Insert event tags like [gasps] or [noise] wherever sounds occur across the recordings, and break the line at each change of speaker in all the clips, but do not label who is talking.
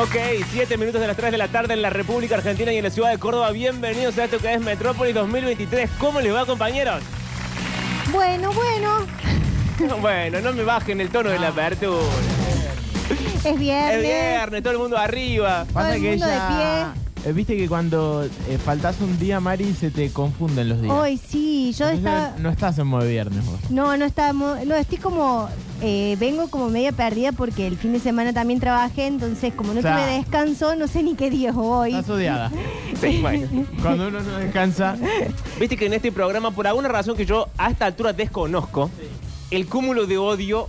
Ok, 7 minutos de las 3 de la tarde en la República Argentina y en la ciudad de Córdoba. Bienvenidos a esto que es Metrópolis 2023. ¿Cómo les va, compañeros? [laughs]
Bueno, bueno,
Bueno, no me bajen el tono de la apertura.
es viernes.
Es viernes, todo el mundo arriba.
Todo el mundo
eh, Viste que cuando eh, faltás un día, Mari, se te confunden los días.
Hoy sí, yo
Entonces,
estaba...
No estás en modo viernes vos.
No, no estamos... No, estoy como... eh, vengo como media perdida porque el fin de semana también trabajé, entonces como no
Claro.
tuve descanso, no sé ni qué día es
Ah,
hoy.
Estás odiada.
Sí, bueno.
Cuando uno no
[laughs]
descansa.
Viste que en este programa, por alguna razón que yo a esta altura desconozco, el cúmulo de odio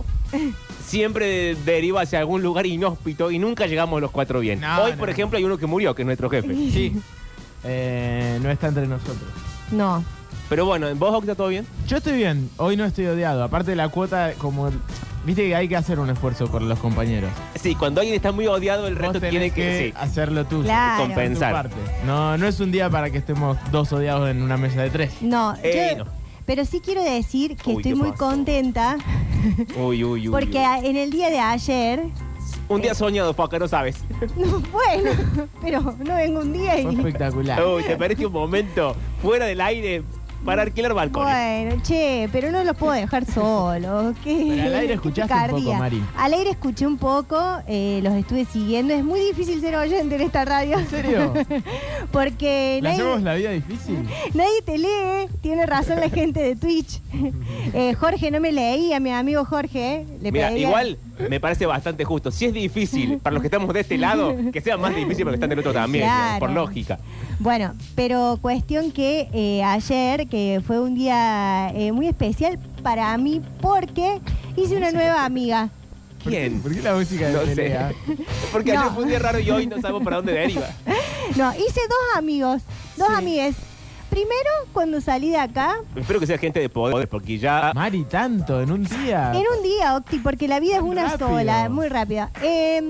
siempre deriva hacia algún lugar inhóspito y nunca llegamos los cuatro bien.
No,
Hoy,
no,
por
no.
ejemplo, hay uno que murió, que es nuestro jefe.
Sí. Eh, no está entre nosotros.
No.
Pero bueno, ¿en vos, Octa, todo bien?
Yo estoy bien. Hoy no estoy odiado. Aparte de la cuota, como. Viste que hay que hacer un esfuerzo por los compañeros.
Sí, cuando alguien está muy odiado, el
Vos
resto
tenés
tiene que... sí.
hacerlo tú.
Claro.
Compen- pensar.
No, no es un día para que estemos dos odiados en una mesa de tres.
No,
Eh,
yo-
no.
Pero sí quiero decir que
Uy,
estoy
¿qué
muy
pasó?
contenta
Uy, uy, uy,
porque
uy.
a- en el día de ayer... [laughs]
Un día soñado, Foca, no sabes.
No, bueno, pero no vengo un día [laughs]
Fue
y...
espectacular.
Uy, te perdiste un momento fuera del aire para alquilar balcones.
Bueno, che, pero no los puedo dejar solos. [laughs] ¿qué?
Pero al aire
qué
escuchaste un poco,
picardía.
Mari.
Al aire escuché un poco, eh, los estuve siguiendo. Es muy difícil ser oyente en esta radio.
¿En serio?
[laughs] Porque
¿Le hacemos
nadie,
la vida difícil?
nadie te lee. Tiene razón la gente de
[laughs]
Twitch. Eh, Jorge no me leía, mi amigo Jorge. eh, Le
Mira,
pedía-
igual me parece bastante justo. Si es
[laughs]
difícil para los que estamos de este lado, que sea más difícil para los que están del otro también,
Claro.
digamos, por lógica.
Bueno, pero cuestión que eh, ayer, que fue un día eh, muy especial para mí, porque hice una nueva amiga.
¿Quién?
¿Por qué la música de
No sé. [laughs]
pelea?
Porque
No.
ayer fue un día raro y hoy no sabemos para dónde deriva.
No, hice dos amigos, dos amigues. Primero, cuando salí de acá,
Espero que sea gente de poder, porque ya.
Mari, tanto, en un día.
en un día, Octi, porque la vida es
Ah. Tan
una
rápido.
sola, muy rápida. Eh,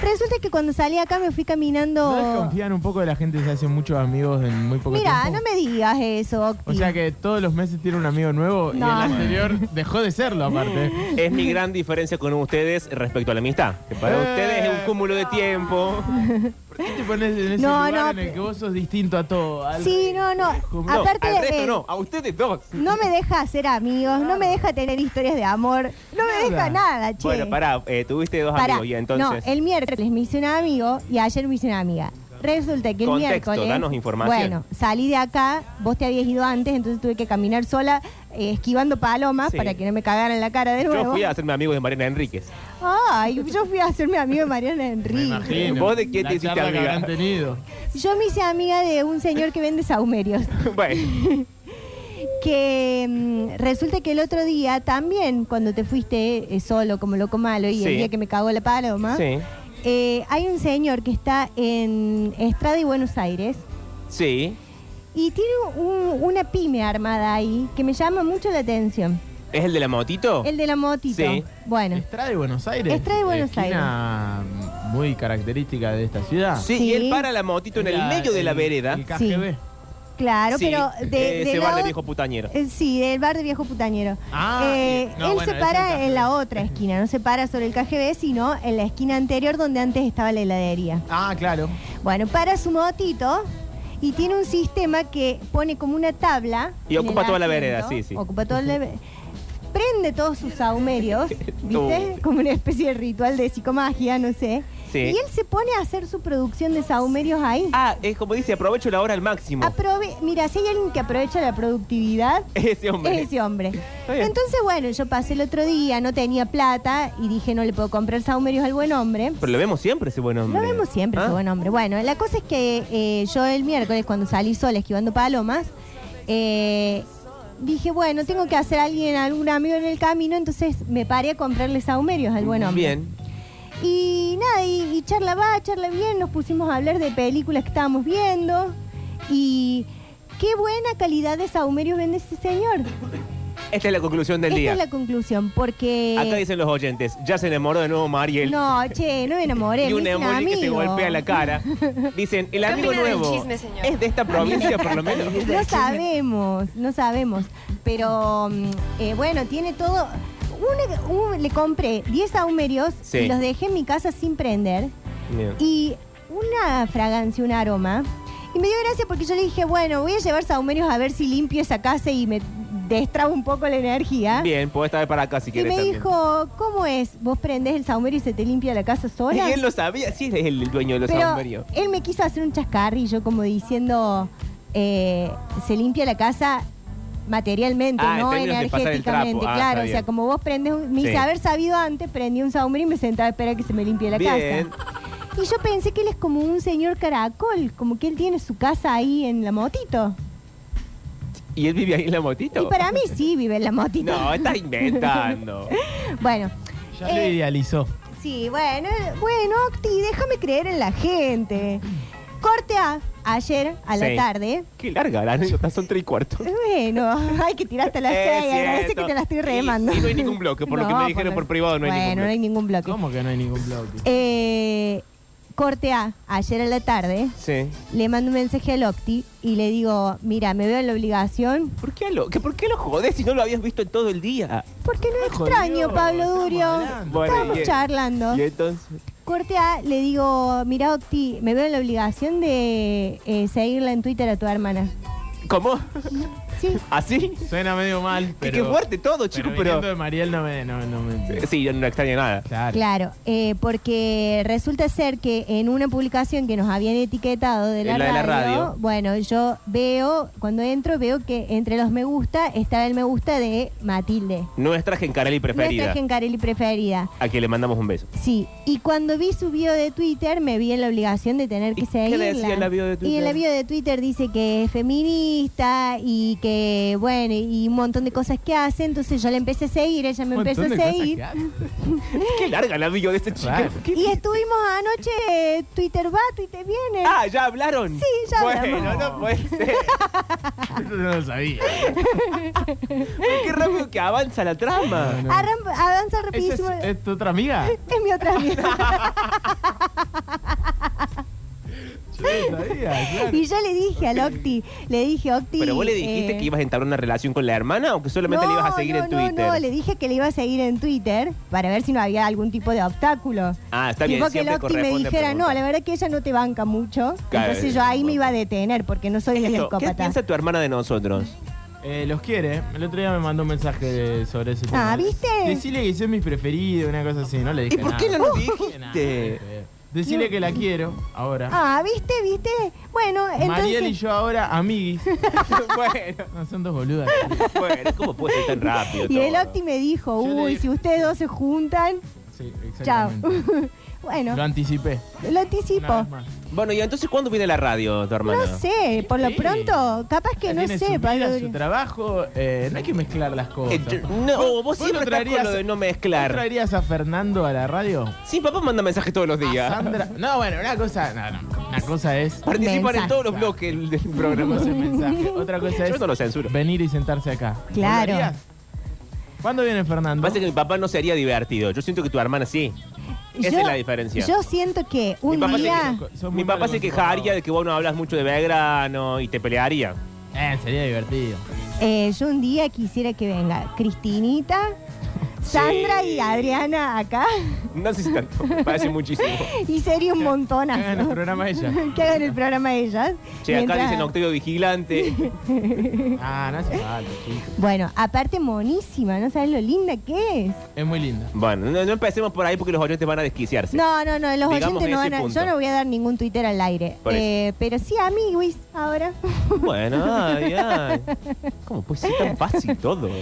resulta que cuando salí de acá me fui
¿No
caminando...
desconfían un poco de la gente? Se hacen muchos amigos en muy poco
Mira, no
tiempo.
me digas eso, Octi.
O sea que todos los meses tiene un amigo nuevo y el
No.
anterior dejó de serlo, aparte.
Es mi gran diferencia con ustedes respecto a la amistad. Que para
Eh.
ustedes es un cúmulo de tiempo.
Ah.
¿Por qué te pones en ese
No,
lugar
no,
en el
pe-
que vos sos distinto a todo? al-
Sí, no, no.
No,
No,
Aparte,
al resto
eh,
no, a ustedes dos.
no me deja hacer amigos, no me deja tener historias de amor, no me deja
Nada.
nada, che.
Bueno, pará, eh, tuviste dos
Pará.
amigos y entonces.
No, el miércoles me hice un amigo y ayer me hice una amiga. Resulta que el
Contexto,
miércoles.
danos información.
Bueno, salí de acá, vos te habías ido antes, entonces tuve que caminar sola, eh, esquivando palomas
Sí.
para que no me cagaran la cara de nuevo.
Yo fui a hacerme amigo de Mariana
[laughs]
Enríquez.
Ay, yo fui a hacerme amigo de Mariana
Me
Enrique.
imagino.
¿Vos de quién
la
te hiciste
charla
amiga?
Que habrán tenido.
Yo me hice amiga de un señor que vende saumerios.
bueno,
Que mm, resulta que el otro día también, cuando te fuiste eh, solo como loco malo y
Sí.
el día que me cagó la paloma,
sí.
eh, hay un señor que está en Estrada y Buenos Aires
Sí.
y tiene un- una pyme armada ahí que me llama mucho la atención.
¿Es el de la motito?
El de la motito.
Oh. Sí.
Bueno,
Estrada de Buenos Aires.
Estrada de Buenos
esquina muy característica de esta ciudad.
Ah. Sí,
Sí.
y él para la motito en el
La-
medio de la vereda.
El KGB.
Sí. claro,
Sí,
pero de,
eh,
de
ese
la
bar de
ot-
viejo putañero.
eh, Sí, del bar de viejo putañero.
Ah,
Eh,
y- no,
él
bueno,
se
ese es
para
el
en la
KGB.
otra esquina, no se para sobre el KGB, sino en la esquina anterior donde antes estaba la heladería.
Ah, claro.
Bueno, para su motito y tiene un sistema que pone como una tabla.
Y
en
ocupa
el
toda la
asiento,
vereda, sí, sí.
Ocupa toda la vereda. Prende todos sus
[laughs]
saumerios, ¿viste?
No.
Como una especie de ritual de psicomagia, no sé.
Sí.
Y él se pone a hacer su producción de saumerios ahí.
Ah, es como dice, aprovecho la hora al máximo.
Aprove- Mira, si hay alguien que aprovecha la productividad,
[laughs] ese hombre.
es ese hombre.
bien.
Entonces, bueno, yo pasé el otro día, no tenía plata y dije no le puedo comprar saumerios al buen hombre.
Pero lo vemos siempre ese buen hombre.
Lo vemos siempre,
¿Ah?
ese buen hombre. Bueno, la cosa es que eh, yo el miércoles, cuando salí sola esquivando palomas, eh, dije, bueno, tengo que hacer a alguien, a algún amigo en el camino, entonces me paré a comprarle saumerios al buen hombre.
Bien.
Y nada, y, y charla va, charla bien, nos pusimos a hablar de películas que estábamos viendo y qué buena calidad de saumerios vende ese señor.
Esta es la conclusión del
Esta
día.
es la conclusión, porque...
Acá dicen los oyentes, ya se enamoró de nuevo Mariel.
No, che, no me enamoré.
[laughs] y
me
un
hice un
emoji que se
amigo.
golpea la
[laughs]
cara. Dicen, el amigo
opina del
nuevo.
chisme, señor?
es de esta provincia, por lo [laughs] menos.
No sabemos, no sabemos. Pero mm, eh, bueno, tiene todo. Una- un- le compré 10 aumerios
Sí.
y los dejé en mi casa sin prender.
Bien.
y una fragancia, un aroma. Y me dio gracia porque yo le dije, bueno, voy a llevar saumerios a ver si limpio esa casa y me destrabo un poco la energía.
Bien, podés traer para acá si
y me
quieres. también.
dijo, ¿cómo es? ¿Vos prendés el saumerio y se te limpia la casa
[laughs]
sola?
Y él lo sabía, sí, es el dueño de los
Pero
saumerios.
él me quiso hacer un chascarrillo como diciendo, eh, se limpia la casa materialmente,
Ah, en
no
términos de pasar el trapo.
energéticamente,
Ah,
claro.
está
O sea,
bien.
como vos prendes, un- me
Sí.
dice, haber sabido antes, prendí un saumerio y me sentaba a esperar que se me limpie la
Bien.
casa. Y yo pensé que él es como un señor caracol, como que él tiene su casa ahí en la motito.
¿Y él vive ahí en la motito?
Y para mí sí vive en la motito.
[laughs] No, estás inventando.
[laughs] Bueno,
Ya
Eh,
lo idealizó.
Sí, bueno, bueno, Octi, déjame creer en la gente. Corte A, ayer a la
Sí.
tarde.
Qué larga la anécdota, son tres y cuarto.
Bueno, [laughs] hay que tirar hasta las
Es
seis, agradece
cierto.
que te la estoy
Y-
remando.
y no hay ningún bloque, por lo que me dijeron por privado, no hay ningún
Bueno, no hay ningún bloque.
¿Cómo que no hay ningún blog?
Eh, corte A, ayer a la tarde,
Sí.
le mando un mensaje al Octi y le digo, mira, me veo en la obligación.
¿Por qué, lo, que, ¿Por qué lo jodés si no lo habías visto en todo el día?
Porque
Ah,
no
Jodió,
extraño, Pablo
estamos
Durio.
hablando.
Bueno,
Estábamos
y-
charlando.
Y entonces.
Corte A, le digo, mira Octi, me veo en la obligación de eh, seguirla en Twitter a tu hermana.
¿Cómo?
Sí.
¿Así?
Suena medio mal,
Que
pero...
qué fuerte todo,
Pero,
chicos, pero.
viniendo de Mariel no me... No, no me
Sí, yo no extraño nada.
claro.
Claro, eh, porque resulta ser que en una publicación que nos habían etiquetado de la,
En la de la radio.
bueno, yo veo, cuando entro, veo que entre los me gusta está el me gusta de Matilde,
Nuestra Gencarelli preferida.
nuestra Gencarelli preferida.
A quien le mandamos un beso.
Sí, y cuando vi su bio de Twitter me vi en la obligación de tener
¿Y
que
qué
seguirla.
le decía en la bio de Twitter?
Y en la bio de Twitter dice que es feminista y que, bueno, y un montón de cosas que hace. Entonces yo la empecé a seguir, ella me
Un
empezó a
montón de cosas
seguir.
que hace.
Qué larga la bio de este chico.
Raro.
¿Qué-
Y estuvimos anoche eh, Twitter va, Twitter viene.
Ah, ¿ya hablaron?
Sí, ya
Bueno,
hablamos.
no puede ser.
[laughs] Eso no lo sabía.
Qué
[laughs]
rápido que avanza la trama.
No, no.
Arran- avanza
¿Esa
rapidísimo. [laughs]
es,
Es,
es tu otra amiga?
mi
[laughs]
otra amiga.
Yo no lo sabía, claro.
y yo le dije al Octi, le dije, Octi.
Pero vos le dijiste
eh,
que ibas a entablar una relación con la hermana o que solamente le ibas a seguir
no,
en
no,
Twitter.
No, le dije que le iba a seguir en Twitter para ver si no había algún tipo de obstáculo.
Ah, está
tipo
bien,
que
siempre
Octi me
corresponde
dijera, no,
preguntar.
la verdad que ella no te banca mucho.
Claro,
Entonces yo ahí
bueno.
me iba a detener porque no soy
Esto, ¿Qué
psicópata.
piensa tu hermana de nosotros?
Eh, los quiere. El otro día me mandó un mensaje de- sobre ese tema.
Ah, ¿viste?
Decirle que soy mi preferido, una cosa así. No le dije
¿Y por
nada.
qué no lo
dije nada,
dijiste?
eh. Decirle que la quiero ahora.
Ah, ¿viste? ¿Viste? Bueno,
Mariel y
entonces.
yo ahora amiguis. [laughs]
bueno,
No, son dos boludas.
bueno, ¿cómo puede ser tan rápido?
Y el
todo?
Octi me dijo,
Yo le
uy,
dije-
si ustedes dos se juntan,
Sí,
chao.
exactamente.
[laughs] bueno,
Lo anticipé.
lo
Una
anticipo.
vez más.
Bueno, ¿y entonces cuándo viene la radio, tu hermana?
No sé, por lo
Sí.
pronto, capaz que
Ella
no
tiene
sé,
su vida,
Pablo.
su trabajo. eh, no hay que mezclar las cosas.
Eh, yo- no, vos
lo
siempre estás con
traerías-
lo de no
¿Vos
mezclar.
traerías a Fernando a la radio?
Sí, papá manda mensajes todos los
A
días.
Sandra. No, bueno, una cosa. No, no. Una cosa es.
Participan en
Mensaje.
todos los bloques del
Una
programa.
[laughs]
cosa es mensaje. Otra cosa
Yo
es
no lo censuro.
venir y sentarse acá. ¿Vos lo
Claro.
harías? ¿Cuándo viene Fernando?
Pasa que mi papá no sería divertido. Yo siento que tu hermana sí. Esa
Yo-
es la diferencia.
Yo siento que
Mi
un
papá se
día...
quejó. Son muy
mi papá
mal
se
conservador.
quejaría de que vos no hablas mucho de Belgrano y te pelearía.
Eh, sería divertido.
Eh, yo un día quisiera que venga
[laughs]
Cristinita, Sandra y Adriana acá [laughs]
No sé si tanto, me parece muchísimo.
y sería un
Que hagan el
montonazo.
programa ella.
[laughs] Que hagan el programa ellas.
Che, acá
Mientras-
dicen Octavio Vigilante.
[laughs]
Ah, no hace falta, chico.
Bueno, aparte monísima, ¿no sabes lo linda que es?
Es muy linda.
Bueno, no, no empecemos por ahí porque los oyentes van a desquiciarse.
No, no, no, los
Digamos
oyentes no
ese
van a...
punto.
Yo no voy a dar ningún Twitter al aire.
Por eso.
Eh, pero sí a mí, Luis, ahora. [laughs]
Bueno, ay, ay. ¿Cómo puede ser tan fácil todo?
No,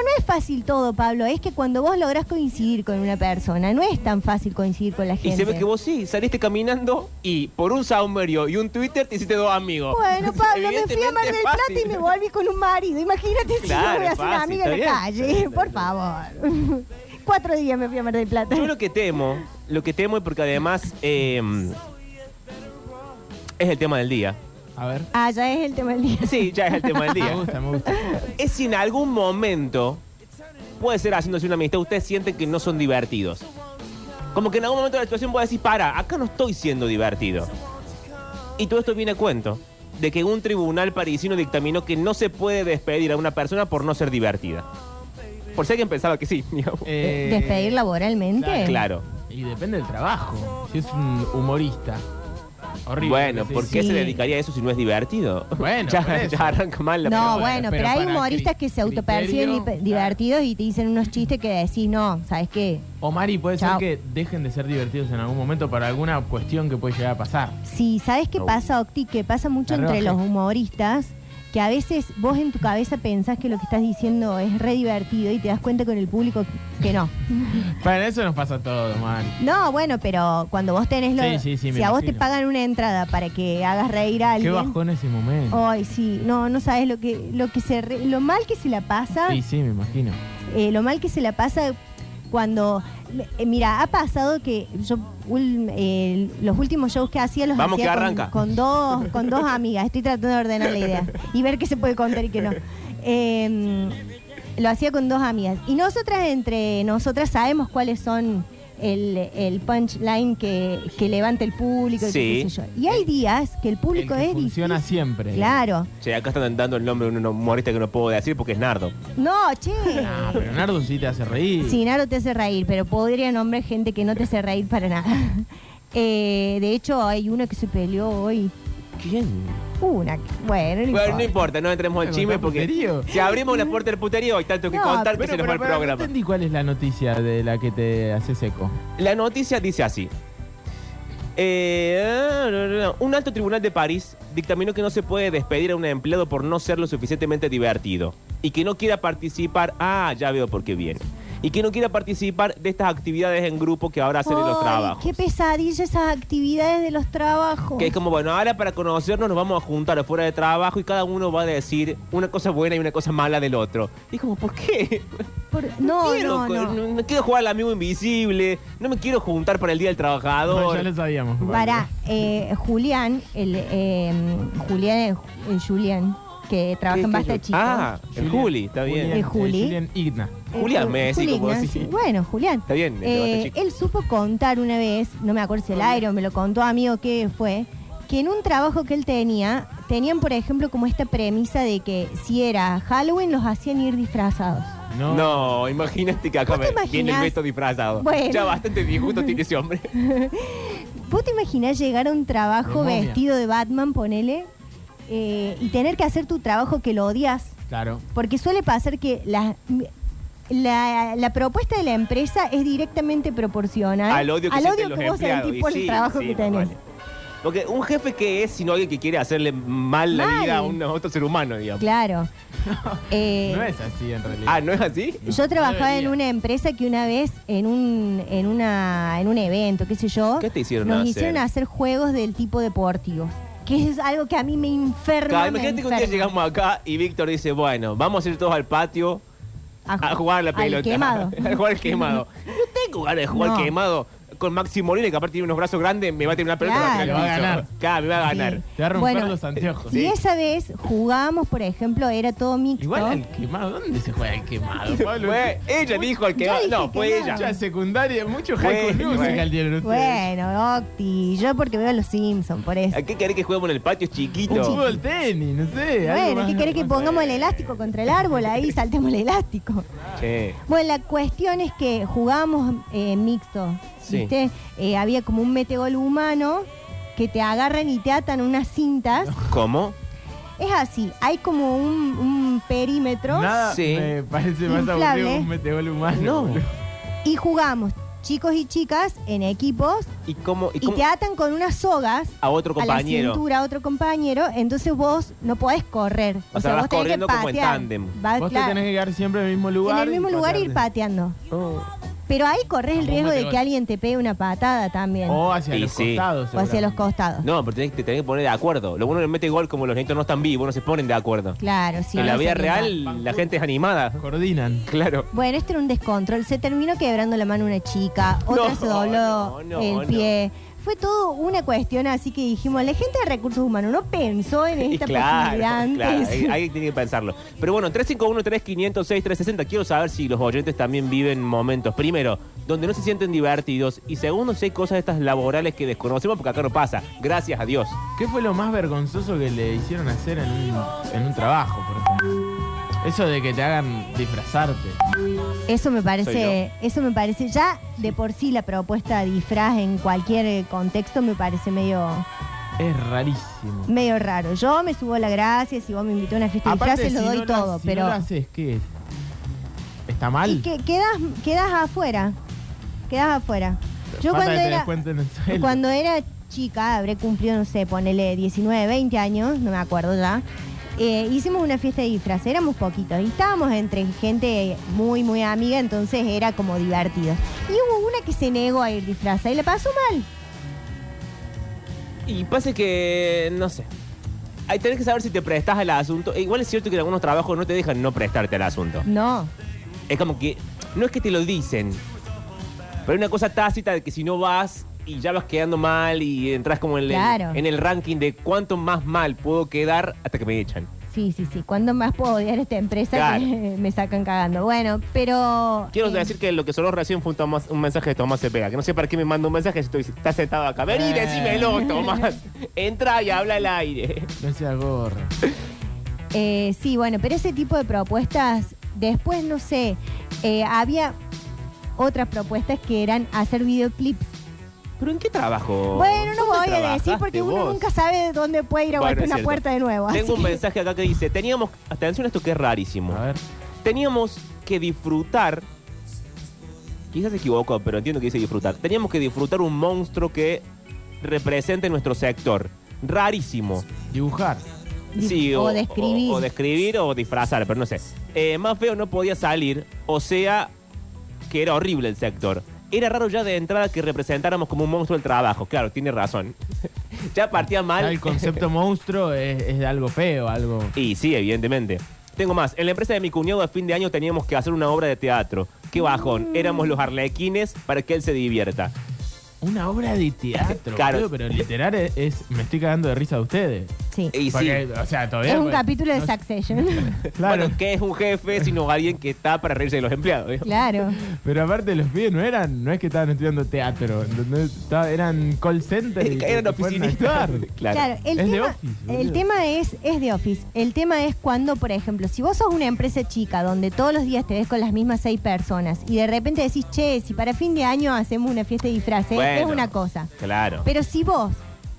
no es fácil todo, Pablo. Es que cuando vos lográs coincidir con una persona, no es tan fácil coincidir con la gente.
Y se ve que vos sí, saliste caminando y por un saumerio y un Twitter te hiciste dos amigos. [laughs]
Bueno, Pablo, me fui a Mar del
Evidentemente es
Plata
fácil.
y me volví con un marido. Imagínate si yo
Claro,
voy a ser
fácil,
amiga en la
está bien, está
calle.
bien, está
Por
bien.
favor. [laughs] Cuatro días me fui a Mar del Plata.
Yo lo que temo, lo que temo es porque además eh, es el tema del día.
A ver.
Ah, ya es el tema del día.
Sí, ya es el tema del
[laughs]
Me
día.
gusta, me gusta.
Es si en algún momento, puede ser haciéndose una amistad, ustedes sienten que no son divertidos. Como que en algún momento de la situación vos decís, para, acá no estoy siendo divertido. Y todo esto viene a cuento de que un tribunal parisino dictaminó que no se puede despedir a una persona por no ser divertida. Por si alguien pensaba que sí, [laughs] digamos.
Eh,
¿Despedir laboralmente?
Claro.
claro. Y depende del trabajo. Si es un humorista. Horrible.
Bueno,
sí.
¿por qué
Sí.
se dedicaría a eso si no es divertido?
Bueno, por
[laughs] ya,
eso.
ya arranca mal la
No,
pregunta.
bueno, pero,
pero
hay
para
humoristas
cri-
que se autoperciben
criterio,
hiper- divertidos y te dicen unos chistes que decís, no, ¿sabes qué?
O Mari, puede
Chao.
ser que dejen de ser divertidos en algún momento para alguna cuestión que puede llegar a pasar.
Sí, ¿sabes qué
No.
pasa, Octi? Que pasa mucho
Arroje.
entre los humoristas, que a veces vos en tu cabeza pensás que lo que estás diciendo es re divertido y te das cuenta con el público que no.
Para eso nos pasa a todos, Mari.
No, bueno, pero cuando vos tenés lo...
Sí, sí, sí, me
si a vos te
imagino.
pagan una entrada para que hagas reír a
Qué
alguien...
bajón ese momento.
Ay, sí, no, no sabes lo que, lo que se re- lo mal que se la pasa,
Sí, sí, me imagino.
eh, lo mal que se la pasa cuando eh, mira, ha pasado que yo ul- eh, los últimos shows que hacía los
Vamos,
hacía
que
con-
arranca.
Con, dos, con dos amigas, estoy tratando de ordenar la idea y ver qué se puede contar y qué no. Eh, lo hacía con dos amigas. Y nosotras entre nosotras sabemos cuáles son el, el punchline que, que levanta el público y
Sí.
qué sé yo. Y hay días que el público
El que
es
funciona
difícil.
siempre. ¿eh?
Claro.
Che, acá están dando el nombre de un humorista que no puedo decir porque es Nardo.
No, che.
Ah, pero Nardo sí te hace reír.
Sí, Naro te hace reír, pero podría nombrar gente que no te hace reír para nada. [laughs] Eh, de hecho, hay una que se peleó hoy.
¿Quién?
Una. que- Bueno, no
Bueno, no
importa.
importa, no entremos en
Pero
chisme
está
porque
puterío.
si abrimos la puerta del puterío hay tanto que
No,
contar que
Pero,
se nos va
pero,
el
pero, no
programa.
entendí cuál es la noticia de la que te haces eco.
La noticia dice así. Eh, no, no, no. un alto tribunal de París dictaminó que no se puede despedir a un empleado por no ser lo suficientemente divertido y que no quiera participar. Ah, ya veo por qué viene. Y que no quiera participar de estas actividades en grupo que ahora hacen en los
Ay,
trabajos.
Qué pesadilla esas actividades de los trabajos.
Que es como, bueno, ahora para conocernos nos vamos a juntar afuera de trabajo y cada uno va a decir una cosa buena y una cosa mala del otro. Y es como, ¿por qué?
Por- No,
quiero,
no, no.
no- no quiero jugar al amigo invisible, no me quiero juntar para el Día del
No,
Trabajador.
ya lo sabíamos.
Para eh, Julián, el eh, Julián, el Julián, que trabaja en Basta Chicos.
Ah, el Juli, está bien.
El Juli.
eh, Julián Igna.
Eh,
Julián
Ju-
Messi,
Juli
como
Ignacio.
decís.
Bueno, Julián.
Está bien, el de
Eh,
Basta Chico.
él supo contar una vez, no me acuerdo si el aire o me lo contó a mí o qué fue, que en un trabajo que él tenía, tenían, por ejemplo, como esta premisa de que si era Halloween, los hacían ir disfrazados.
No, imagínate que acá
¿Vos te
me- viene el
imaginás?
Beto disfrazado.
Bueno. ¿Eh?
Ya bastante disgusto tiene ese hombre.
¿Vos te imaginás llegar a un trabajo
De momia.
vestido de Batman, ponele, eh, y tener que hacer tu trabajo que lo odias?
Claro.
Porque suele pasar que las- la, la propuesta de la empresa es directamente proporcional
Al odio que sienten los
que vos
empleados.
sentís
Y
por el
sí,
trabajo
sí,
que
más
tenés.
vale. Porque un jefe que es, sino alguien que quiere hacerle mal la
Mal.
vida a un a otro ser humano, digamos.
[laughs]
Claro. Eh,
No es así en realidad.
Ah, ¿no es así?
Yo trabajaba en
debería.
una empresa que una vez en un en una en un evento, qué sé yo,
¿Qué te hicieron
nos
hacer?
hicieron hacer juegos del tipo deportivo, que es algo que a mí me enferma.
Claro,
me
imagínate que un día
enferma.
llegamos acá y Víctor dice, bueno, vamos a ir todos al patio a jugar a la
al
pelota.
quemado.
[laughs] a jugar al quemado. No tengo ganas de jugar al
No.
quemado con Maxi Molina, que aparte tiene unos brazos grandes, me va a tener una pelota y
Claro.
me va a tirar al
Lo va a
piso. Claro, me va a ganar.
[laughs] Sí.
Te va a romper
Bueno,
los anteojos.
Y esa vez jugábamos, por ejemplo, era todo mixto.
Igual el quemado, ¿dónde se juega el quemado, Pablo?
Fue ella dijo al
Yo
quemado.
dije
No,
que
fue
no.
ella.
Ya secundaria, mucho
Bueno,
high school musical
bueno.
tienen
[laughs]
ustedes.
bueno, Octi, yo porque veo a los Simpsons, por eso.
¿A qué querés que juguemos en el patio es chiquito?
Un fútbol tenis, no sé. algo
Bueno,
más-
¿qué querés que
más-
pongamos el elástico contra el árbol ahí y saltemos el elástico?
Che.
Bueno, la cuestión es que jugábamos eh, mixto,
Sí.
¿viste? Eh, había como un metegol humano que te agarran y te atan unas cintas.
¿Cómo?
Es así, hay como un, un perímetro
Nada
Sí.
me parece más
Inflable.
aburrido que un metegol humano.
Ah, No.
y jugamos chicos y chicas en equipos
¿Y cómo? ¿Y
y,
cómo?
te atan con unas sogas
A otro
a la
compañero.
cintura a otro compañero, entonces vos no podés correr.
O sea, vas
vos tenés
corriendo
que
como en
patear.
tándem.
Va-
Vos
Ah, claro,
te tenés que quedar siempre en el mismo lugar.
en el mismo
y
lugar ir
patearte.
pateando.
Oh.
Pero ahí corres el
Como un
riesgo de
metegol.
que alguien te pegue una patada también.
O hacia
Y
los
sí.
costados.
o hacia los
seguramente.
costados.
No, pero tenés, te tenés que poner de acuerdo. Lo bueno le mete gol como los negros no están vivos, no se ponen de acuerdo.
Claro, sí.
en la
no
vida
se rinda.
real la gente es animada.
Coordinan.
Claro.
Bueno, esto era un descontrol. Se terminó quebrando la mano
[laughs]
una chica, otra
No,
se dobló
no, no,
el
no.
pie. Fue todo una cuestión, así que dijimos, la gente de recursos humanos no pensó
[laughs]
en
Y
esta
claro,
posibilidad antes.
claro, hay- alguien tiene que pensarlo. Pero bueno, 351-3506-360, quiero saber si los oyentes también viven momentos, primero, donde no se sienten divertidos y segundo, si hay cosas de estas laborales que desconocemos porque acá no pasa, gracias a Dios.
¿Qué fue lo más vergonzoso que le hicieron hacer en un, en un trabajo, por ejemplo? Eso de que te hagan disfrazarte.
Eso me parece, eso me parece, ya de por sí la propuesta de disfraz en cualquier eh, contexto me parece medio,
Es rarísimo.
medio raro. Yo me subo la gracia, si vos me invitás a una fiesta de
Aparte,
disfraces
si
lo doy
no lo-
todo,
si no
pero.
lo haces, ¿qué? ¿Está mal?
y que quedas, quedas afuera. Quedas afuera. Yo
Falta
cuando
que te
era.
descuenten el sueldo. [laughs]
Cuando era chica, habré cumplido, no sé, ponele 19, 20 años, no me acuerdo ya. eh, hicimos una fiesta de disfraz, éramos poquitos y estábamos entre gente muy, muy amiga, entonces era como divertido. Y hubo una que se negó a ir disfrazada y la pasó mal.
Y pasa que, no sé. Ahí tenés que saber si te prestás al asunto. E igual es cierto que en algunos trabajos no te dejan no prestarte al asunto.
No,
Es como que, no es que te lo dicen, pero hay una cosa tácita de que si no vas y ya vas quedando mal y entras como en el,
Claro.
en el ranking de cuánto más mal puedo quedar hasta que me echan.
sí, sí, sí. ¿Cuándo más puedo odiar esta empresa
Claro.
que [laughs] me sacan cagando? Bueno, pero.
Quiero
eh,
decir que lo que sonó recién fue un, Tomás- un mensaje de Tomás Cepeda, que no sé para qué me manda un mensaje si estoy estás sentado acá. Vení,
Ah.
Eh.
decímelo, Tomás. Entra y habla al aire.
No sea gorra.
Eh, sí, bueno, pero ese tipo de propuestas, después no sé, eh, había otras propuestas que eran hacer videoclips.
¿Pero en qué trabajo?
bueno, no
¿Dónde
voy a decir porque
trabajaste
uno
vos?
nunca sabe dónde puede ir a
Bueno,
golpear
es
una
cierto.
puerta de nuevo. así
Tengo un
que-
mensaje acá que dice, teníamos, atención a esto que es rarísimo,
A ver.
teníamos que disfrutar, quizás se equivocó, pero entiendo que dice disfrutar, teníamos que disfrutar un monstruo que represente nuestro sector. Rarísimo.
Dibujar.
Di-
Sí,
[laughs] o describir.
O, o describir o disfrazar, pero no sé. Eh, más feo no podía salir, o sea, que era horrible el sector. Era raro ya de entrada que representáramos como un monstruo el trabajo. Claro, tiene razón. [laughs] ya partía mal.
Ya
[laughs]
El concepto monstruo es, es algo feo, algo.
Y sí, evidentemente. Tengo más. En la empresa de mi cuñado a fin de año teníamos que hacer una obra de teatro. Qué bajón.
Mm.
Éramos los arlequines para que él se divierta.
Una obra de teatro.
Claro.
boludo, pero literal es, es- Me estoy cagando de risa de ustedes.
Sí.
Y sí.
Porque, O sea, todavía.
Es un
pues,
capítulo de
no-
Succession.
[laughs] Claro.
Bueno, ¿qué es un jefe sino alguien que está para reírse de los empleados? digo?
claro.
Pero aparte, los pibes no eran. No es que estaban estudiando teatro. ¿entendés? Estaba- eran call
[laughs]
center. y
Eran
se fueron a
oficinistas.
actuar.
[laughs] Claro.
Claro, el
Es de
tema,
Office,
el
boludo.
tema es, es de Office. El tema es cuando, por ejemplo, si vos sos una empresa chica donde todos los días te ves con las mismas seis personas y de repente decís, che, si para fin de año hacemos una fiesta de disfraces, es
Bueno.
una cosa.
Claro.
Pero si vos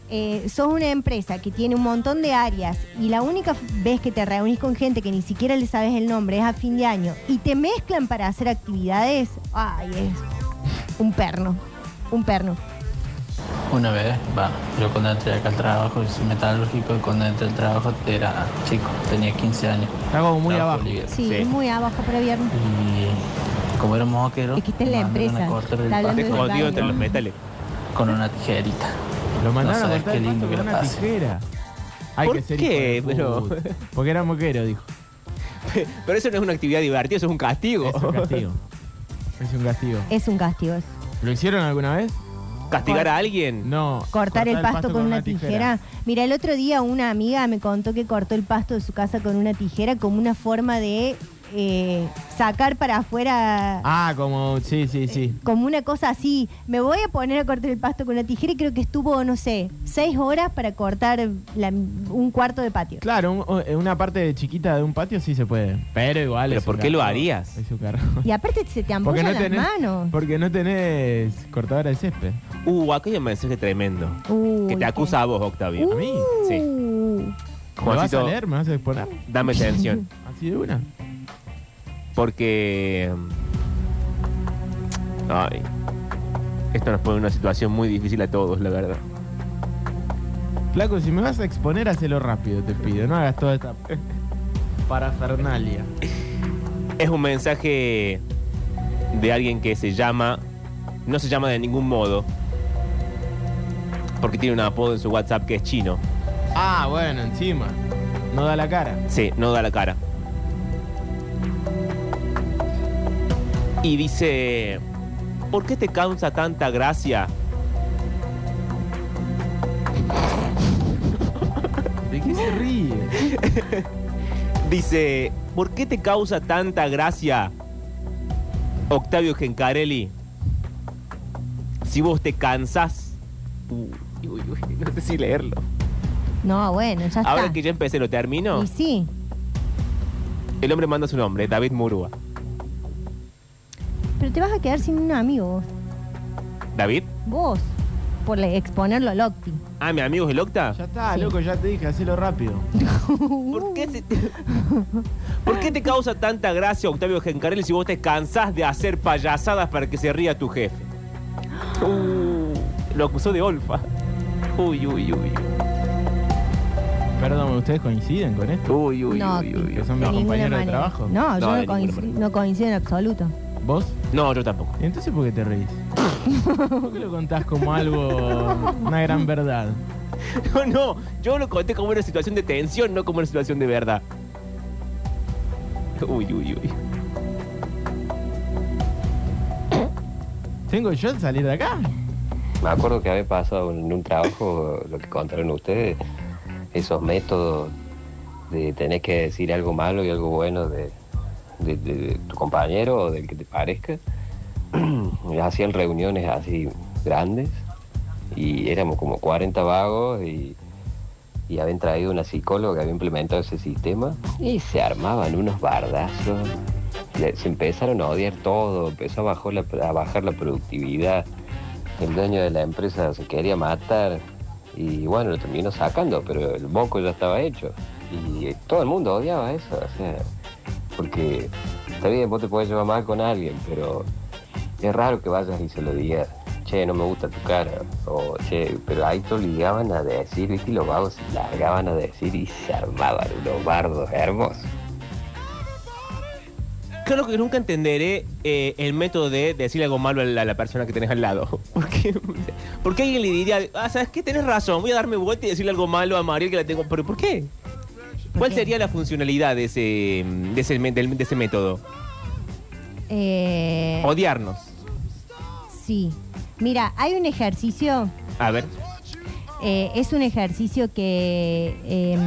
eh, sos una empresa que tiene un montón de áreas y la única vez que te reunís con gente que ni siquiera le sabes el nombre es a fin de año y te mezclan para hacer actividades, ay, es un perno, un perno.
Una vez, va, yo cuando entré acá al trabajo, yo soy metalúrgico y cuando entré al trabajo era chico, tenía 15 años.
Está como muy
Trabajo
abajo.
libre.
Sí,
Sí.
es muy abajo para viernes.
Y como éramos vaqueros,
Es que esta es la
nos mandaron
empresa,
a cortar el
está hablando
Te
pasto
de-
escondido entre los metales.
con una tijerita.
Lo mandaron
No
a
sabes
cortar
qué
el pasto
lindo que
con
la
una
pase.
tijera. Hay
¿Por
que ser
qué,
hijo de
bro?
puta. Porque era moquero, dijo.
Pero eso no es una actividad divertida, eso es un castigo.
Es un castigo. Es un castigo.
Es un castigo. eso.
¿Lo hicieron alguna vez?
[laughs] ¿Castigar a alguien?
No.
Cortar, el pasto, con una tijera. Mira, el otro día una amiga me contó que cortó el pasto de su casa con una tijera como una forma de eh, sacar para afuera
Ah, como, sí, sí, sí.
como una cosa así, me voy a poner a cortar el pasto con una tijera y creo que estuvo, no sé, seis horas para cortar la- un cuarto de patio.
Claro, un- o- eh, una parte chiquita de un patio sí se puede. Pero igual.
¿Pero
es
por
un
qué lo
garrón.
harías?
Es un garrón.
Y aparte se te ampollan las manos.
porque no tenés cortadora de césped.
Uh, acá hay un mensaje tremendo.
Uy,
que te
qué-
acusa a vos, Octavio.
A mí.
Sí.
Uh,
¿Me vas a
Juancito,
leer? ¿Me vas a exponer?
dame atención.
Así de una.
Porque. Ay. Esto nos pone en una situación muy difícil a todos, la verdad.
Flaco, si me vas a exponer, hacelo rápido, te pido. No hagas toda esta [laughs] parafernalia.
Es un mensaje de alguien que se llama. No se llama de ningún modo. Porque tiene un apodo en su WhatsApp que es chino.
Ah, bueno, encima. No da la cara.
Sí, no da la cara. Y dice, ¿por qué te causa tanta gracia?
¿De qué se ríe?
Dice, ¿por qué te causa tanta gracia, Octavio Gencarelli? Si vos te cansás... Uy, uy, uy, [laughs] no sé si leerlo.
no, bueno, ya está.
Ahora que ya empecé, ¿lo termino?
Y sí,
El hombre manda su nombre, David Murúa.
Pero te vas a quedar sin un amigo vos.
¿David?
Vos. Por le- exponerlo al Octi.
Ah, mi amigo es el Octa.
Ya está,
Sí.
loco, ya te dije, hacelo rápido.
¿Por qué, se te... [laughs] ¿Por qué te causa tanta gracia, Octavio Gencarelli, si vos te cansás de hacer payasadas para que se ría tu
[gasps]
jefe? Uh, lo acusó de olfa. Uy, uy, uy.
Perdón, ¿ustedes coinciden con esto?
Uy, uy,
no,
uy, uy.
que son
de ninguna
mis compañeros de
manera.
trabajo.
No,
No, yo no,
de ninguna
coinci-
manera.
no coincido en absoluto.
¿Vos?
No, yo tampoco.
¿Y entonces por qué te reís? ¿Por qué lo contás como algo, una gran verdad?
[laughs] No, no, yo lo conté como una situación de tensión, no como una situación de verdad. Uy, uy, uy.
¿Tengo yo el salir de acá?
Me acuerdo que había pasado en un trabajo, lo que contaron ustedes, esos métodos de tener que decir algo malo y algo bueno de, de- de- de tu compañero o del que te parezca. [clears throat] Hacían reuniones así grandes y éramos como 40 vagos y, y habían traído una psicóloga que había implementado ese sistema y se armaban unos bardazos. Le- Se empezaron a odiar todo, empezó a bajar la, a bajar la productividad el dueño de la empresa se quería matar y bueno, lo terminó sacando, pero el boco ya estaba hecho. Y eh, todo el mundo odiaba eso, o sea, porque está bien, vos te podés llevar mal con alguien, pero es raro que vayas y se lo digas, che, no me gusta tu cara, o che, pero ahí te obligaban a decir, viste, y los vagos se largaban a decir y se armaban unos bardos hermosos.
Claro que nunca entenderé eh, el método de decirle algo malo a la, a la persona que tenés al lado. [laughs] Porque, porque alguien le diría, ah, ¿sabes qué? Tenés razón, voy a darme vuelta y decirle algo malo a Mariel que la tengo. ¿Pero por qué? ¿Cuál
qué?
sería la funcionalidad de ese, de ese, me- del- de ese método?
Eh,
Odiarnos.
sí. Mira, hay un ejercicio
A ver.
Eh, es un ejercicio que eh,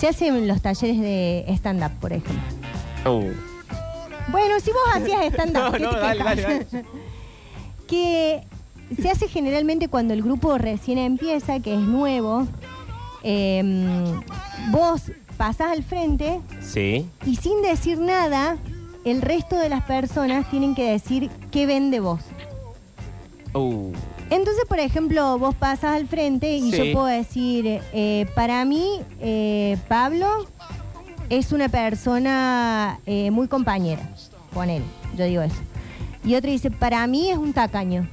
se hace en los talleres de stand-up, por ejemplo.
Uh.
Bueno, si vos hacías
No,
stand-up,
[laughs]
¿qué
no,
te
dale,
quejas?
dale, dale.
que se hace generalmente cuando el grupo recién empieza, que es nuevo. Eh, vos pasás al frente
Sí.
y sin decir nada, el resto de las personas tienen que decir qué ven de vos.
Uh.
Entonces, por ejemplo, vos pasas al frente y
Sí.
yo puedo decir, eh, para mí, eh, Pablo es una persona eh, muy compañera. Con él, yo digo eso. Y otro dice, para mí es un tacaño.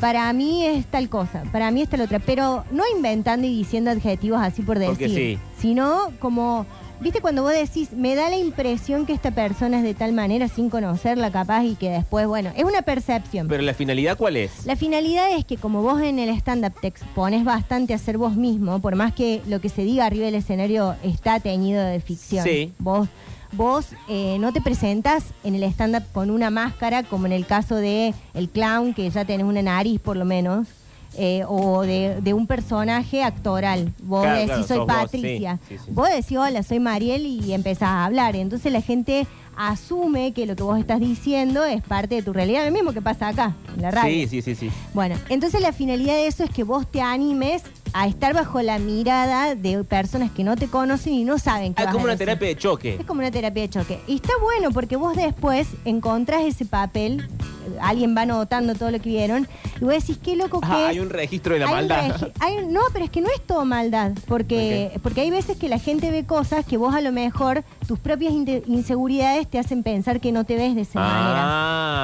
Para mí es tal cosa, para mí es tal otra. Pero no inventando y diciendo adjetivos así por decir,
Porque sí.
sino como, viste, cuando vos decís, me da la impresión que esta persona es de tal manera sin conocerla capaz y que después, bueno, es una percepción.
Pero la finalidad, ¿cuál es?
La finalidad es que como vos en el stand-up te expones bastante a ser vos mismo, por más que lo que se diga arriba del escenario está teñido de ficción.
Sí.
Vos, vos eh, no te presentas en el stand-up con una máscara, como en el caso de el clown, que ya tenés una nariz por lo menos, eh, o de, de un personaje actoral. Vos
Claro,
decís,
claro,
soy
sos vos,
Patricia.
sí, sí, sí.
Vos decís, hola, soy Mariel y empezás a hablar. Entonces la gente asume que lo que vos estás diciendo es parte de tu realidad, lo mismo que pasa acá, en la radio.
Sí, sí, sí, sí.
Bueno, entonces la finalidad de eso es que vos te animes a estar bajo la mirada de personas que no te conocen y no saben qué
Ah,
vas
como
a
una
decir.
terapia de choque.
Es como una terapia de choque. Y está bueno porque vos después encontrás ese papel, eh, alguien va anotando todo lo que vieron, y vos decís, qué loco que
Ah,
es.
hay un registro de la
Hay un
maldad.
regi- hay un- no, pero es que no es todo maldad, porque, porque hay veces que la gente ve cosas que vos a lo mejor tus propias inte- inseguridades te hacen pensar que no te ves de esa manera.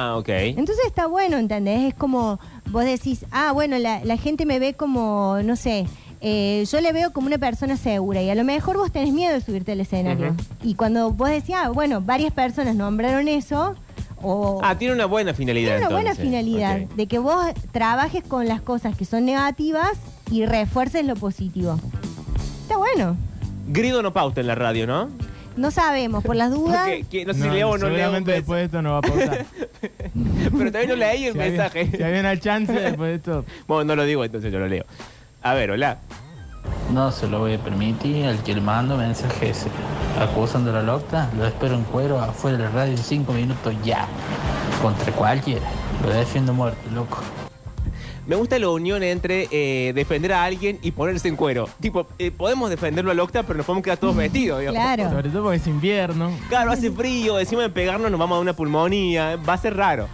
Ah, ok.
Entonces está bueno, ¿entendés? Es como vos decís, ah, bueno, la, la gente me ve como, no sé, eh, yo le veo como una persona segura y a lo mejor vos tenés miedo de subirte al escenario.
Ujú.
Y cuando vos decís, ah, bueno, varias personas nombraron eso, o...
Ah, tiene una buena finalidad.
tiene una buena
entonces.
finalidad
Ok.
de que vos trabajes con las cosas que son negativas y refuerces lo positivo. Está bueno.
Grido no pauta en la radio, ¿no?
No sabemos, por las dudas.
Porque, que- no sé si leo o no leo. un
Seguramente
pes-
después de esto no va a pasar.
[laughs] Pero también no leí el
[laughs] si
mensaje.
Había, si había una chance después de esto.
Bueno, no lo digo, entonces yo lo leo. A ver, hola.
No se lo voy a permitir al que le mando mensajes acusando a la locta. Lo espero en cuero afuera de la radio en 5 minutos ya. Contra cualquiera. Lo defiendo muerto, loco.
Me gusta la unión entre eh, defender a alguien y ponerse en cuero. Tipo, eh, podemos defenderlo al octa, pero nos podemos quedar todos vestidos. digamos.
Claro.
Sobre todo porque es invierno.
Claro, hace frío, encima de pegarnos nos vamos a dar una pulmonía, eh, va a ser raro.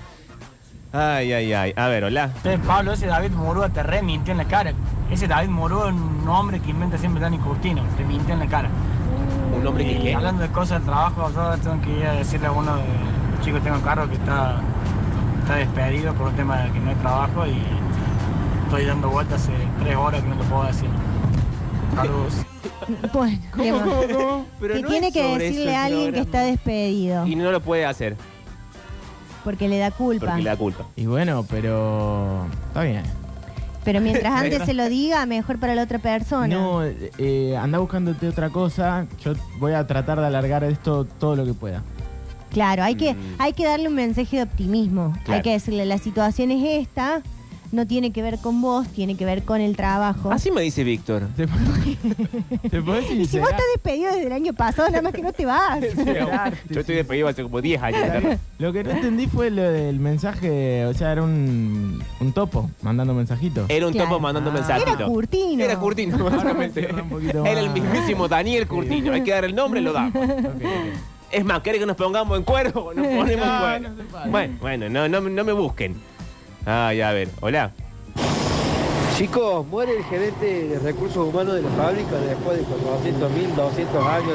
Ay, ay, ay. A ver, hola.
Entonces, Pablo, ese David Murúa te remintió en la cara. Ese David Murúa es un nombre que inventa siempre Dani Curtino, te mintió en la cara.
Un hombre que
Eh,
Y
qué.
Hablando de cosas de trabajo, yo tengo que ir a decirle a uno de los chicos que tengo en cargo que está, está despedido por un tema de que no hay trabajo y estoy dando vueltas hace tres horas que no te puedo decir. Saludos.
Bueno, ¿qué más?
Pero
que
no
tiene
es
que
sobre
decirle
eso el
a alguien que está
programa.
despedido
Y no lo puede hacer
porque le da culpa.
porque le da culpa.
Y bueno, pero. Está bien.
[laughs]
Pero mientras antes se lo diga, mejor para la otra persona.
No, eh, anda buscándote otra cosa. Yo voy a tratar de alargar esto todo lo que pueda.
Claro, hay que,
Mm.
hay que darle un mensaje de optimismo.
Claro.
Hay que decirle, la situación es esta, no tiene que ver con vos, tiene que ver con el trabajo.
Así me dice Víctor.
[laughs]
¿Te, po- te podés
y si vos
sincerar?
estás despedido desde el año pasado, nada más que no te
[laughs]
vas.
Yo estoy despedido hace como 10 años. ¿verdad?
Lo que no entendí fue lo del mensaje. O sea, era un, un topo mandando mensajitos.
Era un
Claro.
topo mandando
Ah.
mensajitos.
Era Curtino.
Era Curtino, básicamente.
me cierra un poquito más.
Era el mismísimo Daniel Curtino. Hay que dar el nombre, lo damos.
Ok, ok.
Es más, ¿querés que nos pongamos en cuero? Nos ponemos en
No,
cuero.
no se pasa.
bueno, bueno, no, no, no me busquen. Ay, a ver, hola.
Chicos, muere el gerente de recursos humanos de la fábrica después de 400.000, 200 años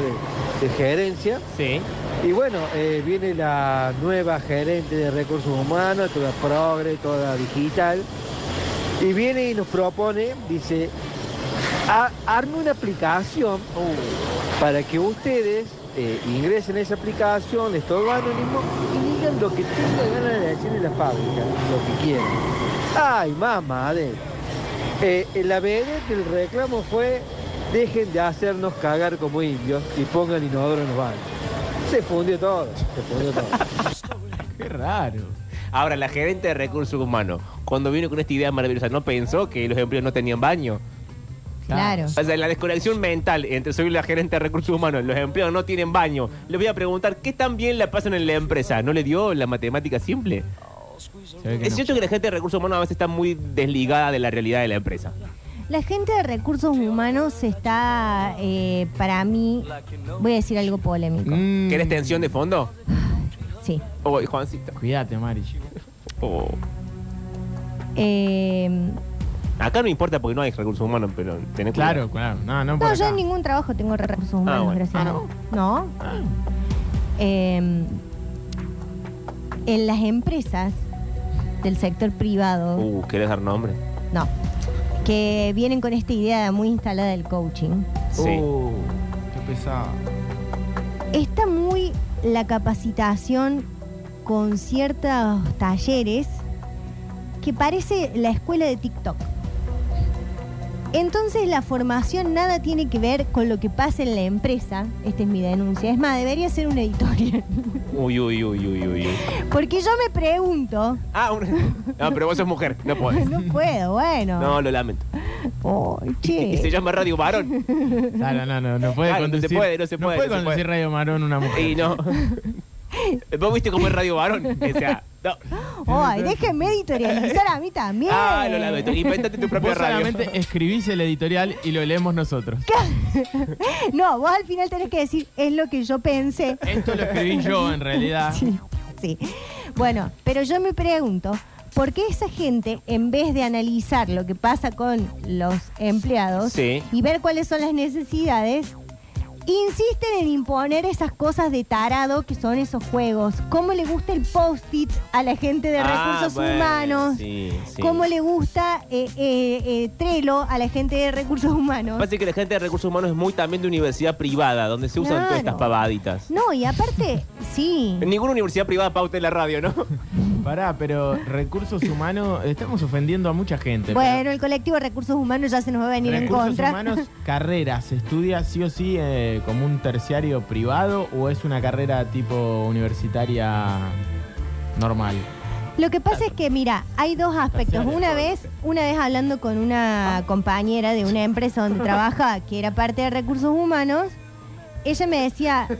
de, de gerencia.
Sí.
Y bueno, eh, viene la nueva gerente de recursos humanos, toda progre, toda digital. Y viene y nos propone, dice, "Ha- arme una aplicación
Oh.
para que ustedes eh, ingresen a esa aplicación, les todo anónimo, y digan lo que tengan ganas de decir en la fábrica, lo que quieran. Ay, mamá, de Eh, la vedette del reclamo fue, dejen de hacernos cagar como indios y pongan inodoro en los baños. Se fundió todo, se fundió todo.
Qué raro.
Ahora, la gerente de recursos humanos, cuando vino con esta idea maravillosa, ¿no pensó que los empleados no tenían baño?
Claro.
O sea, la desconexión mental entre soy la gerente de recursos humanos, los empleados no tienen baño. Les voy a preguntar, ¿qué tan bien la pasan en la empresa? ¿No le dio la matemática simple?
Se ve que
Es
no.
cierto que la gente de recursos humanos a veces está muy desligada de la realidad de la empresa.
La gente de recursos humanos está, eh, para mí, voy a decir algo polémico.
Mm,
¿Querés tensión de fondo?
Sí.
Uy, Juancito.
Cuídate, Mari.
Oh.
Eh,
Acá no importa porque no hay recursos humanos, pero tenés cuidado.
Claro, claro. No, no, por
no, yo
acá.
en ningún trabajo tengo recursos humanos,
bueno.
gracias. a Dios. No. Eh, en las empresas del sector privado,
Uh, ¿querés dar nombre?
no, que vienen con esta idea muy instalada del coaching,
Sí.
Oh.
Uh, qué pesado.
está muy la capacitación con ciertos talleres que parece la escuela de TikTok. Entonces la formación nada tiene que ver con lo que pasa en la empresa. Esta es mi denuncia. Es más, debería ser una editorial. [laughs]
Uy, uy, uy, uy, uy. uy.
Porque yo me pregunto,
Ah, un- [laughs] no, pero vos sos mujer, no
[laughs]
podés.
no puedo, bueno.
No, lo lamento.
Oh,
[laughs] Y se
che.
llama Radio Varón.
Claro, no, no, no
[laughs]
puede
Claro, no se
conducir.
puede, no se puede, no se
conducir
puede.
Radio Marón una mujer.
Y
[laughs]
no. ¿Vos viste cómo es Radio Varón? O sea, no.
Ay, déjenme editorializar a mí también.
Ah, lo lamento. Inventate tu propia
Vos
radio.
solamente escribís el editorial y lo leemos nosotros.
[laughs] No, vos al final tenés que decir, es lo que yo pensé.
Esto lo escribí
[laughs]
yo en realidad.
Sí, sí. Bueno, pero yo me pregunto, ¿por qué esa gente, en vez de analizar lo que pasa con los
[laughs]
empleados
Sí.
y ver cuáles son las necesidades, insisten en imponer esas cosas de tarado que son esos juegos? ¿Cómo le gusta el post-it a la gente de
Ah,
recursos
bueno,
humanos?
Sí, sí.
¿Cómo le gusta eh, eh, eh, Trello a la gente de recursos humanos?
Pasa que la gente de recursos humanos es muy también de universidad privada, donde se usan todas
Claro.
estas pavaditas.
No, y aparte, sí.
En ninguna universidad privada pauta en la radio,
[laughs]
¿no?
Pará, pero recursos humanos, estamos ofendiendo a mucha gente.
Bueno, el colectivo de recursos humanos ya se nos va a venir
pero
en
recursos
contra.
humanos, carrera, ¿se estudia sí o sí eh, como un terciario privado o es una carrera tipo universitaria normal?
Lo que pasa es que, mira, hay dos aspectos.
Parciales,
Una
todo.
vez, una vez hablando con
Ah.
una compañera de una
[laughs]
empresa donde trabaja, que era parte de recursos humanos, ella me decía, [laughs]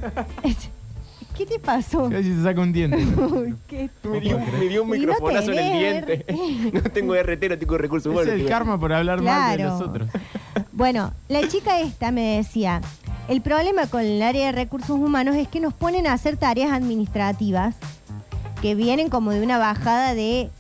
¿Qué te
Oh.
pasó?
Casi se saca un diente.
[laughs]
¿Qué?
Me dio, un- me dio un
Y no
microfonazo en el
tener.
diente. [laughs] No tengo RT, no tengo recursos
es
humanos.
el karma por hablar mal de
Claro.
los otros.
[laughs] Bueno, la chica esta me decía, el problema con el área de recursos humanos es que nos ponen a hacer tareas administrativas que vienen como de una bajada de eh,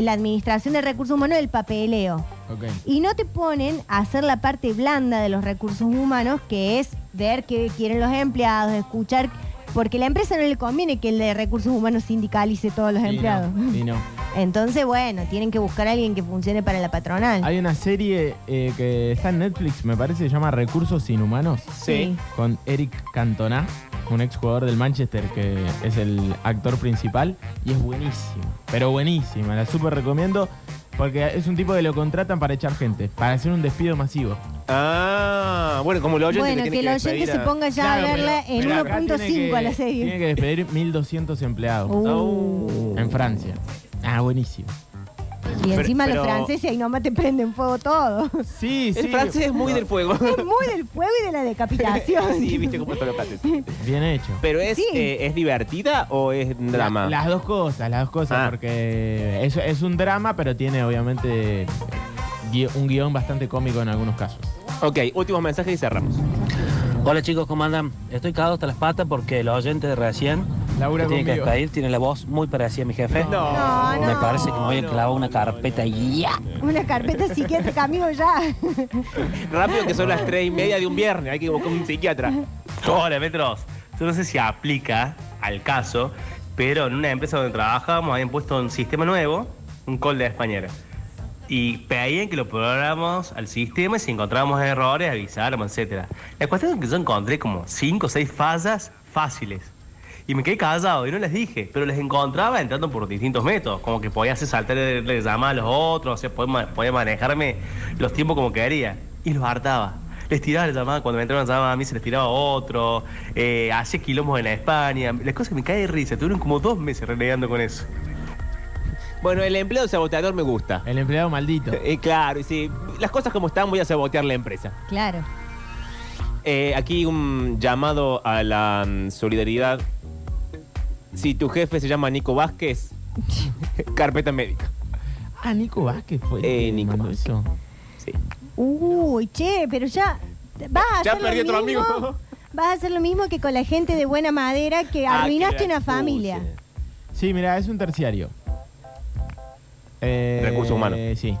la administración de recursos humanos del papeleo.
Ok.
Y no te ponen a hacer la parte blanda de los recursos humanos, que es ver qué quieren los empleados, escuchar, porque a la empresa no le conviene que el de recursos humanos sindicalice todos los
Y no,
empleados. [laughs]
y no.
Entonces, bueno, tienen que buscar a alguien que funcione para la patronal.
Hay una serie eh, que está en Netflix, me parece, se llama Recursos Inhumanos.
Sí.
Con Eric Cantona, un exjugador del Manchester que es el actor principal. Y es buenísimo, pero buenísima. La súper recomiendo porque es un tipo que lo contratan para echar gente, para hacer un despido masivo.
Ah, bueno, como el oyente
Bueno,
que
que,
tiene
el
que
oyente
despedir
se
a-
ponga ya a
Claro, pero-
verla en
pero acá tiene
1.5 a
que-
la
Tiene
serie.
que despedir 1.200 empleados
Oh.
Uh,
en Francia.
[laughs]
Ah, buenísimo.
y
Pero-
encima
pero-
los franceses ahí nomás te prenden fuego todo. [laughs]
Sí, sí.
El francés es muy del fuego.
es muy del fuego y
[laughs]
de la decapitación.
sí, viste cómo son los franceses.
Bien hecho.
Pero es,
Sí.
eh, ¿es divertida o es un drama?
La- las dos cosas, las dos cosas,
Ah.
porque es, es un drama, pero tiene obviamente gui- un guión bastante cómico en algunos casos.
Ok, últimos mensajes y cerramos.
[laughs] Hola chicos, ¿cómo andan? Estoy cagado hasta las patas porque los oyentes de recién
Laura
que tienen que
conmigo.
despedir tienen la voz muy parecida a mi jefe.
No,
Me
no.
parece que me voy a clavar una carpeta y ya.
Una carpeta psiquiátrica, amigo, ya.
Rápido que son las tres y media de un viernes, hay que buscar un psiquiatra.
[laughs] Hola, Petros. Yo no sé si aplica al caso, pero en una empresa donde trabajábamos habían puesto un sistema nuevo, un call de española. Y pedían que lo programamos al sistema y si encontrábamos errores, avisáramos, etcétera. La cuestión es que yo encontré como cinco o seis fallas fáciles. Y me quedé callado y no les dije, pero les encontraba entrando por distintos métodos, como que podía hacer saltar el- la llamada a los otros, o sea, podía, ma- podía manejarme los tiempos como quería. Y los hartaba. Les tiraba la llamada, cuando me entraba una llamada a mí se les tiraba otro, eh, hacía quilombos en la España, las cosas me caen de risa, tuvieron como dos meses renegando con eso.
Bueno, el empleado saboteador me gusta.
El empleado maldito.
Eh, claro, y si las cosas como están, voy a sabotear la empresa.
Claro.
Eh, aquí un llamado a la mm, solidaridad. Si tu jefe se llama Nico
[laughs]
Vázquez, carpeta médica.
Ah, Nico Vázquez fue. el
Eh,
que
Nico
mandó
Vázquez.
eso.
Sí.
Uy, che, pero ya. Vas a
Ya
hacer
perdí
lo
otro
mismo,
amigo.
Vas a hacer lo mismo que con la gente de buena madera que
Ah,
arruinaste
que la-
una familia.
Uh, sí.
Sí, mira, es un terciario. Eh,
Recursos humanos.
Sí.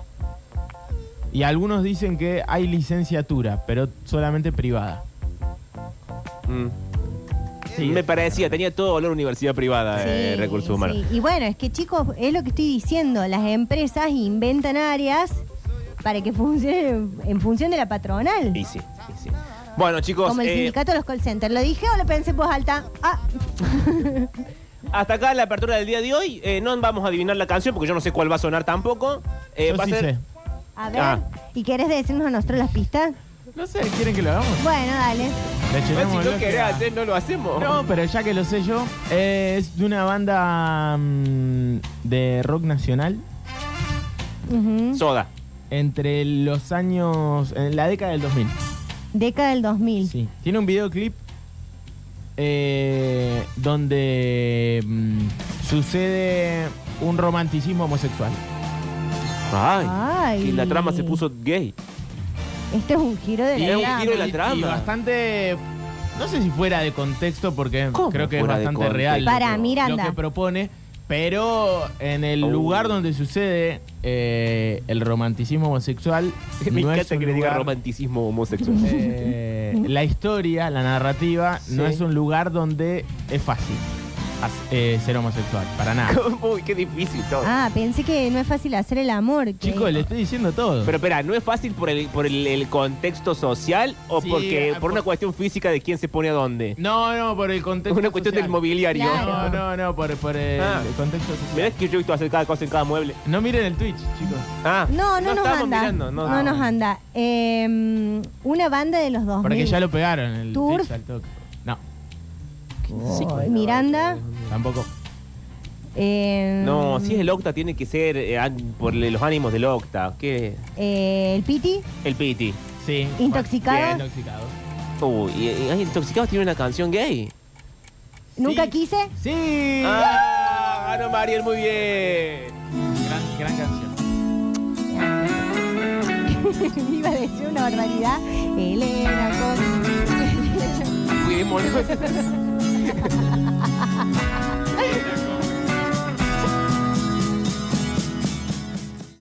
Y algunos dicen que hay licenciatura, pero solamente privada.
Mm.
Sí,
me
es-
parecía, tenía todo olor a universidad privada, eh,
Sí,
recursos humanos.
sí. Y bueno, es que chicos, es lo que estoy diciendo, las empresas inventan áreas para que funcionen en función de la patronal.
Y sí, y sí. Bueno, chicos,
Como el
eh,
sindicato de los call centers. ¿Lo dije o lo pensé en voz alta? Ah,
hasta acá la apertura del día de hoy. Eh, no vamos a adivinar la canción porque yo no sé cuál va a sonar tampoco. Eh,
Yo
va a
sí
ser-
sé.
a ver.
Ah.
¿Y querés decirnos a nosotros las pistas?
No sé, ¿quieren que lo hagamos?
Bueno, dale.
Le
Igual
llenamos
si
el
no
bloque
querés
a-
hacer, no lo hacemos.
No, pero ya que lo sé yo, eh, es de una banda mm, de rock nacional
Ujú.
Soda.
entre los años. en la década del 2000.
Década del 2000.
Sí. Tiene un videoclip eh, donde mm, sucede un romanticismo homosexual.
Ay.
Ay.
Y la trama se puso gay.
Esto es un giro de
Y
la
es un
trama.
giro de la
Y-
trama.
Y bastante. No sé si fuera de contexto, porque
¿Cómo
creo que es
fuera de
bastante
contexto?
real. lo
Para,
que-
Miranda.
Lo que propone. Pero en el
Oh.
lugar donde sucede eh, el romanticismo homosexual.
[laughs] Me
no es
encanta
un
que le diga
lugar,
romanticismo
[laughs]
homosexual.
eh, la historia, la narrativa, no
Sí.
es un lugar donde es fácil as- eh, ser homosexual. Para nada.
Uy, qué difícil todo.
Ah, pensé que no es fácil hacer el amor. que-
Chicos, le estoy diciendo todo.
Pero espera, ¿no es fácil por el, por el, el contexto social o
Sí,
porque
ah,
por una
por-
cuestión física de quién se pone a dónde?
no, no, por el contexto.
Una cuestión
social.
del mobiliario.
Claro.
No, no, no, por, por el,
Ah.
contexto social.
Mirá que yo he visto hacer cada cosa en cada mueble.
No miren el Twitch, chicos.
Ah,
No, no, nos
estábamos
anda.
mirando,
no
no.
nos anda. Eh, una banda de los 2000.
Porque ya lo pegaron el
Turf.
Twitch al toque. No,
Oh, Miranda.
tampoco.
eh,
No, si es el Octa, tiene que ser eh, an- por le- los ánimos del Octa. ¿Qué?
eh, el Piti.
El Piti.
Sí.
Intoxicados.
Bien, intoxicados.
Uy, y, y- ay, Intoxicados tiene una canción gay.
¿Nunca quise? [laughs]
¡Sí!
Ah, ganó Mariel muy bien.
Gran, gran canción.
Me iba a decir una barbaridad. [laughs] Elena con...
Fuimos.